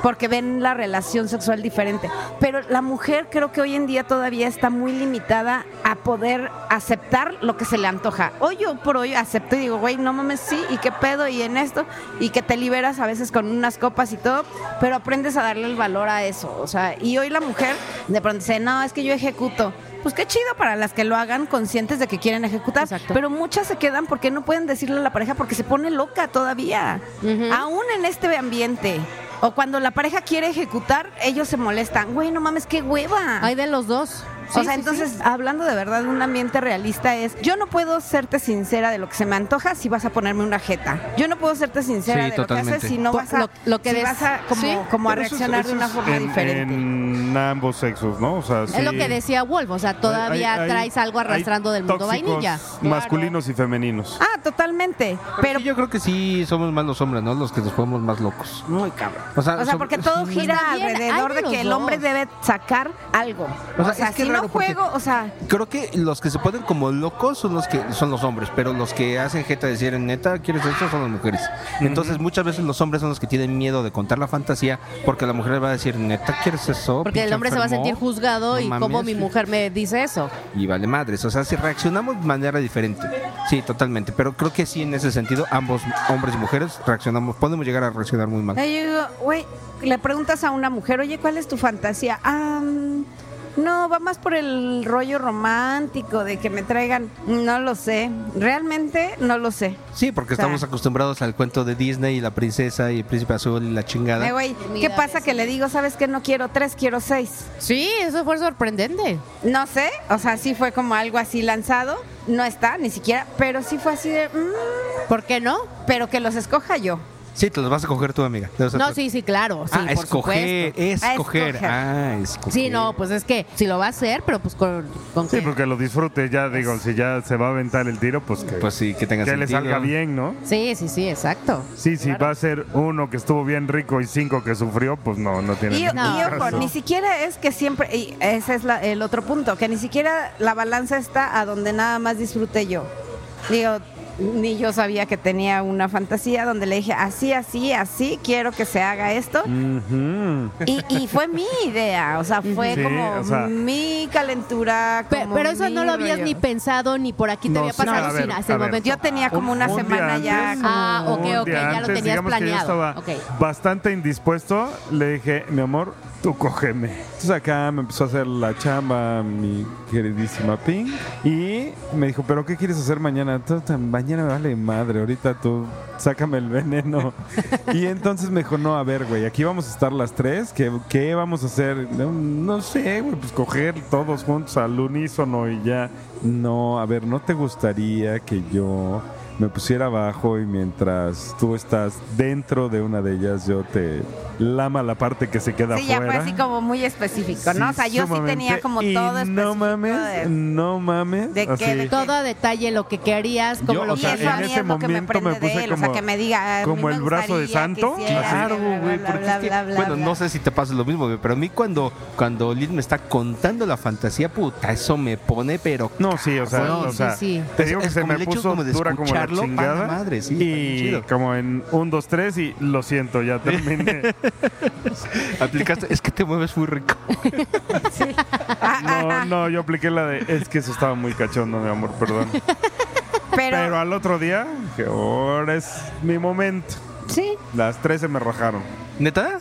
Porque ven la relación sexual diferente. Pero la mujer creo que hoy en día todavía está muy limitada a poder aceptar lo que se le antoja. Hoy yo por hoy acepto y digo, güey, no mames, sí, y qué pedo, y en esto, y que te liberas a veces con unas copas y todo, pero aprendes a darle el valor a eso. O sea, y hoy la mujer de pronto dice, no, es que yo ejecuto. pues qué chido para las que lo hagan conscientes de que quieren ejecutar.
Exacto.
Pero muchas se quedan porque no pueden decirle a la pareja porque se pone loca todavía.
Ujú.
Aún en este ambiente. O cuando la pareja quiere ejecutar, ellos se molestan. Güey, no mames, qué hueva.
Hay de los dos. Sí,
o sea,
sí,
entonces,
sí.
hablando de verdad, un ambiente realista es, yo no puedo serte sincera de lo que se me antoja si vas a ponerme una jeta. Yo no puedo serte sincera
Sí,
de lo que
totalmente.
haces si no
Por
vas a,
lo- lo que
si
des.
vas a como,
Sí.
como a
Pero eso es-
reaccionar de
eso
una
es
forma
en-
diferente.
En ambos sexos, ¿no? O sea,
Es lo
sí.
que decía Wolf, o sea, todavía
Hay- hay-
traes algo
hay
arrastrando del mundo
tóxicos
vainilla.
Masculinos y femeninos.
Ah, totalmente.
Pero
Pero
sí, yo creo que sí somos más los hombres, ¿no? Los que nos ponemos más locos.
muy cabrón.
O sea,
O sea,
sobre-
porque todo
Pues
gira
también,
alrededor
hay de
de que
los
el hombre
dos.
debe sacar algo. O
O
sea,
sea, es
si
que es
no
raro porque-
juego, o sea,
Creo que los que se ponen como locos son los que son los hombres, pero los que hacen jeta de decir neta, ¿quieres esto? Son las mujeres. Entonces, muchas veces los hombres son los que tienen miedo de contar la fantasía porque la mujer va a decir, neta, ¿quieres eso?
Porque el
pinche
hombre se va a
enfermo?"
sentir juzgado
No
y
mames.
cómo mi mujer me dice eso.
Y vale madres. O sea, si reaccionamos de manera diferente. Sí, totalmente. Pero creo que sí, en ese sentido, ambos hombres y mujeres reaccionamos, podemos llegar a reaccionar muy mal.
ahí yo digo, güey, le preguntas a una mujer, oye, ¿cuál es tu fantasía? Ah, mm, no, va más por el rollo romántico de que me traigan. No lo sé. Realmente no lo sé.
Sí, porque
O sea-
estamos acostumbrados al cuento de Disney y la princesa y el príncipe azul y la chingada.
Eh, güey, ¿qué
Mira,
pasa
ves,
que le digo, sabes que no quiero tres, quiero seis?
Sí, eso fue sorprendente.
No sé, o sea, sí fue como algo así lanzado. No está, ni siquiera, pero sí fue así de, mm,
¿Por qué no?
pero que los escoja yo.
Sí, te los vas a coger tú, amiga. Te los-
No, sí, sí, claro. Sí,
Ah,
por
escoger,
supuesto.
A
escoger.
escoger.
Ah, escoger.
Sí, no, pues es que si lo va a hacer, pero pues con, con
Sí,
qué.
porque lo disfrute, ya digo, si ya se va a aventar el tiro, pues que,
Pues sí, que tenga
que le
sentido.
salga bien, ¿no?
Sí, sí, sí, exacto.
Sí, sí, va a ser uno que estuvo bien rico y cinco que sufrió, pues no, no tiene
Y,
ningún
y ojo,
caso.
ni siquiera es que siempre, y ese es la- el otro punto, que ni siquiera la balanza está a donde nada más disfrute yo. Digo, ni yo sabía que tenía una fantasía donde le dije, así, así, así, quiero que se haga esto.
Ujú.
Y, y fue mi idea, o sea, fue
Sí,
como
o sea.
mi calentura.
Pe-
como
pero eso
mi
no lo habías
rollo.
ni pensado, ni por aquí te
No,
había
sí,
pasado
a ver,
sin hasta
a
el
ver.
momento.
Yo tenía como una
Un día
semana ya.
antes,
como-
Ah, ok,
un
ok,
día
ya lo tenías
digamos que yo
planeado,
estaba
ok.
bastante indispuesto, le dije, mi amor, tú cógeme. Entonces acá me empezó a hacer la chamba mi queridísima Pink y me dijo, pero ¿qué quieres hacer mañana? Tú, tan- Mañana me vale madre, ahorita tú sácame el veneno. y entonces me dijo, no, a ver, güey, aquí vamos a estar las tres, ¿qué, qué vamos a hacer? No, no sé, güey, pues coger todos juntos al unísono y ya. No, a ver, ¿no te gustaría que yo me pusiera abajo y mientras tú estás dentro de una de ellas, yo te lama la parte que se queda
Sí, ya
fuera.
fue así como muy específico, ¿no? O sea, yo sí tenía como
Y
todo específico.
No mames,
de-
no mames.
de qué,
así.
de
Todo a detalle lo que querías, como
Yo,
lo
o sea,
que
y eso a
en
mí
ese
es lo que me
momento me
prende de
puse
él, o sea,
como-
que me diga, "A mí
como
me
el brazo de
gustaría,
santo".
quisiera,
Claro,
bla, bla,
güey,
bla,
porque
bla,
es que-
bla, bla,
bueno,
bla.
no sé si te pasa lo mismo, güey, pero a mí cuando, cuando Liz me está contando la fantasía, puta, eso me pone, pero
No, sí, o
Ah,
sea,
Sí,
o
sí,
sea
sí.
te
Es-
digo que
es
se
como
me
el hecho
puso
como de
dura como la
escucharlo,
chingada.
pana madre, sí, está bien
y
chido.
como en un, dos, tres y lo siento, ya terminé.
aplicaste, es que te mueves muy rico.
No, no, yo apliqué la de, es que eso estaba muy cachondo, mi amor, perdón.
Pero,
Pero al otro día, que ahora es mi momento.
sí,
Las tres se me rajaron.
¿Neta?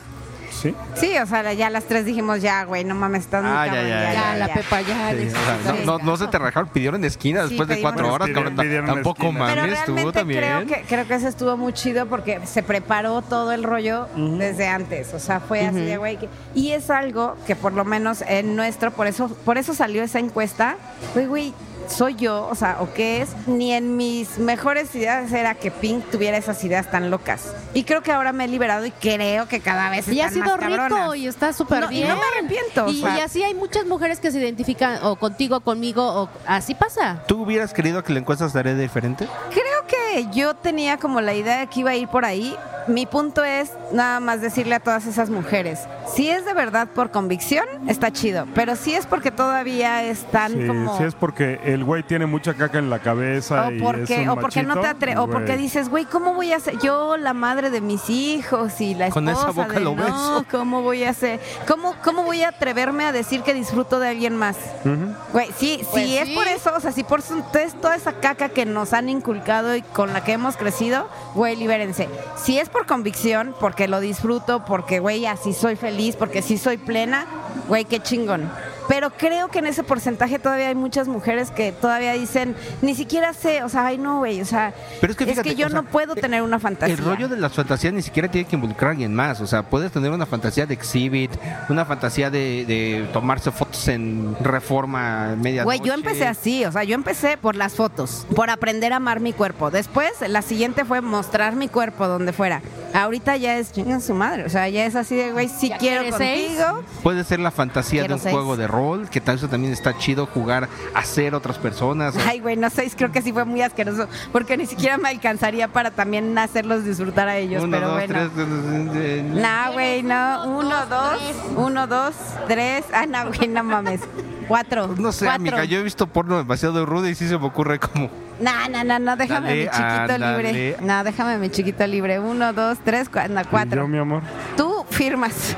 ¿Sí?
sí, o sea, ya las tres dijimos, ya, güey, no mames, estás muy
Ah, ya,
cabrón,
ya,
Ya,
ya, ya,
la
ya".
Pepa este, ya.
Sí, o
necesita
sea, no, no- no se te rajaron, pidieron esquina
Ah, Sí,
después de
pedimos
cuatro horas,
esquina.
cabrón.
Pidieron
Tampoco
esquina.
Pero
mames, tú
realmente
también.
creo que, creo que eso estuvo muy chido porque se preparó todo el rollo desde antes. O sea, fue así de güey. que- Y es algo que por lo menos en nuestro, por eso, por eso salió esa encuesta. Güey, güey, soy yo, o sea, o qué es. Ni en mis mejores ideas era que Pink tuviera esas ideas tan locas. Y creo que ahora me he liberado y creo que cada vez
Y ha
están
sido
más
rico
cabronas.
y está súper
No, y
bien.
no me arrepiento, o
Y,
sea.
y así hay muchas mujeres que se identifican o contigo, conmigo, o así pasa.
¿Tú hubieras querido que la encuesta tarea diferente?
Creo que yo tenía como la idea de que iba a ir por ahí. Mi punto es nada más decirle a todas esas mujeres, si es de verdad por convicción, está chido, pero si es porque todavía están
Sí,
como
sí es porque el güey tiene mucha caca en la cabeza
o
y es
porque
un
o porque no te
machito,
atre- o
güey.
porque dices, güey, ¿cómo voy a ser yo la madre de mis hijos y la esposa
Con esa boca
de
lo
no,
beso".
¿Cómo voy a hacer? ¿Cómo cómo voy a atreverme a decir que disfruto de alguien más?
Ujú.
Güey, sí,
Pues
sí, es
sí.
por eso, o sea, si por su, es toda esa caca que nos han inculcado y con la que hemos crecido, güey, libérense. Si es por convicción, porque lo disfruto, porque, güey, así soy feliz, porque sí soy plena, güey, qué chingón. Pero pero creo que en ese porcentaje todavía hay muchas mujeres que todavía dicen, ni siquiera sé, o sea, ay no, güey, o sea,
Pero es que fíjate,
yo
o sea,
no puedo
eh,
tener una fantasía.
El rollo de las fantasías ni siquiera tiene que involucrar a alguien más. O sea, puedes tener una fantasía de exhibit, una fantasía de, de tomarse fotos en reforma media.
Güey, yo empecé así, o sea, yo empecé por las fotos, por aprender a amar mi cuerpo. Después, la siguiente fue mostrar mi cuerpo donde fuera. Ahorita ya es chingan su madre, o sea, ya es así de, güey, si
¿Ya
quiero
quieres
contigo.
Puede ser la fantasía de
Quiero
un
seis.
juego de rol, que tal eso también está chido jugar a ser otras personas. o-
Ay, güey, no sé, creo que sí fue muy asqueroso, porque ni siquiera me alcanzaría para también hacerlos disfrutar a ellos,
Uno,
pero
dos,
bueno.
tres, eh, eh,
Nah, güey, no. Uno, dos, uno, dos, tres. Ah, no, güey, no mames. Cuatro.
No sé,
cuatro.
amiga, yo he visto porno demasiado rudo y sí se me ocurre como...
Nah, nah, nah, no, déjame
Dale,
mi chiquito
ándale.
libre. No, déjame mi chiquito libre. Uno, dos, tres, cua- no,
Y yo,
cuatro.
mi amor.
Tú firmas.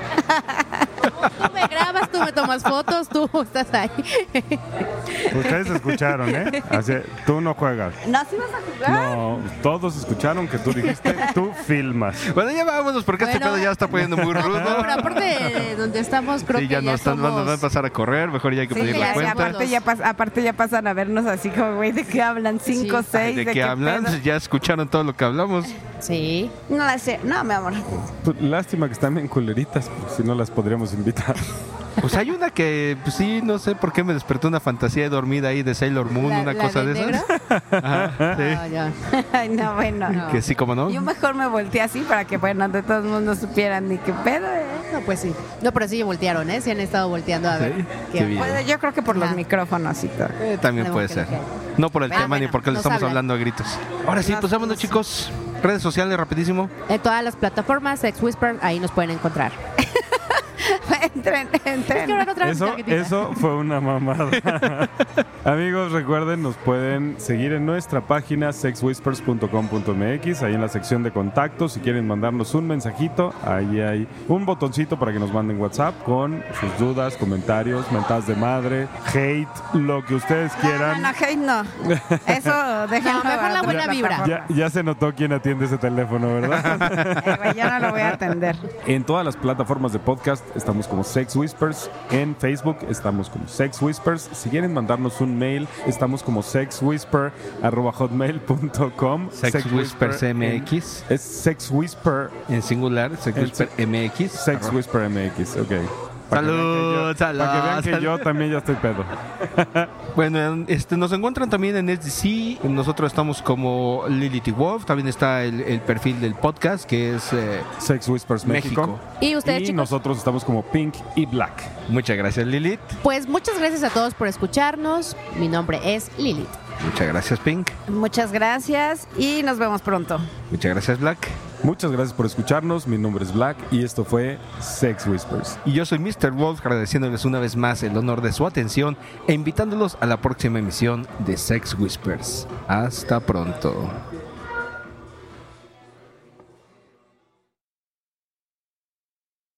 Tú me grabas, tú me tomas fotos, tú estás ahí.
Ustedes escucharon, ¿eh? Así, tú no juegas.
No, sí vas a jugar.
No, todos escucharon que tú dijiste, tú filmas.
Bueno, ya vámonos porque este
Bueno.
pedo ya está poniendo muy
No, pero
rudo.
aparte de donde estamos, creo
Sí,
que
ya
ya,
no están, van a-
somos-
van a pasar a correr, mejor ya hay que
Sí,
pedir la
ya, sí,
cuenta.
aparte, ya pas- aparte ya pasan a vernos así como, güey, ¿de qué hablan? Cinco,
Sí.
Ay,
seis,
¿De,
¿de,
qué, hablan?
pedo?
Ya escucharon todo lo que hablamos.
Sí.
No la sé. No, mi amor.
Pues, Lástima que están bien culeritas, porque si no las podríamos invitar.
Pues hay una que, pues sí, no sé por qué me despertó una fantasía dormida ahí de Sailor Moon,
¿La-
una
la
cosa de
del
esas.
negro?
Ajá, sí.
Ah, ya.
Ay, no, bueno.
No.
Que sí, como no.
Yo mejor me volteé así para que, bueno, de todos mundo supieran ni qué pedo, ¿eh?
No, pues sí. No, pero sí voltearon, ¿eh? Sí han estado volteando a ver.
Sí,
qué-
qué bien.
Bueno, Pues, yo creo que por los
Ajá.
micrófonos y todo.
Eh, también
Tenemos
puede
que
ser.
elegir.
No por el
Pero
tema ni
bueno,
porque le
nos
estamos
hablan.
hablando a gritos. Ahora sí, pues vámonos, chicos. Redes sociales, rapidísimo.
En todas las plataformas, Sex Whisper, ahí nos pueden encontrar.
entren,
Es que
entren.
ahora no trae mi
Eso,
tarjetita.
eso fue una mamada. Amigos, recuerden, nos pueden seguir en nuestra página sexwhispers.com.mx, ahí en la sección de contactos. Si quieren mandarnos un mensajito, ahí hay un botoncito para que nos manden WhatsApp con sus dudas, comentarios, mentadas de madre, hate, lo que ustedes
No,
quieran.
no, hate no. Eso, déjenlo.
No, mejor
para
la
otra
buena vibra.
Ya, ya se notó quién atiende ese teléfono, ¿verdad?
plataforma. Eh, güey, Yo no lo voy a atender.
En todas las plataformas de podcast estamos como Sex Whispers. En Facebook estamos como Sex Whispers. Si quieren mandarnos un mail, estamos como sexwhisper.hotmail.com.
Sex Whispers MX.
Es Sex Whisper.
En singular, Sex
El
Whisper MX.
Sex
Arroba.
Whisper MX, ok. Para que vean
Salud,
que yo- Para que vean
salud.
que yo también ya estoy pedo.
Bueno, este, nos encuentran también en SDC. Nosotros estamos como Lilith Wolf. También está el, el perfil del podcast que es eh,
Sex Whispers México.
México.
Y ustedes,
y
chicos,
nosotros estamos como Pink y Black.
Muchas gracias, Lilith.
pues muchas gracias a todos por escucharnos. Mi nombre es Lilith.
Muchas gracias, Pink.
Muchas gracias y nos vemos pronto.
Muchas gracias, Black.
Muchas gracias por escucharnos. Mi nombre es Black y esto fue Sex Whispers.
Y yo soy Mr. Wolf, agradeciéndoles una vez más el honor de su atención e invitándolos a la próxima emisión de Sex Whispers. Hasta pronto.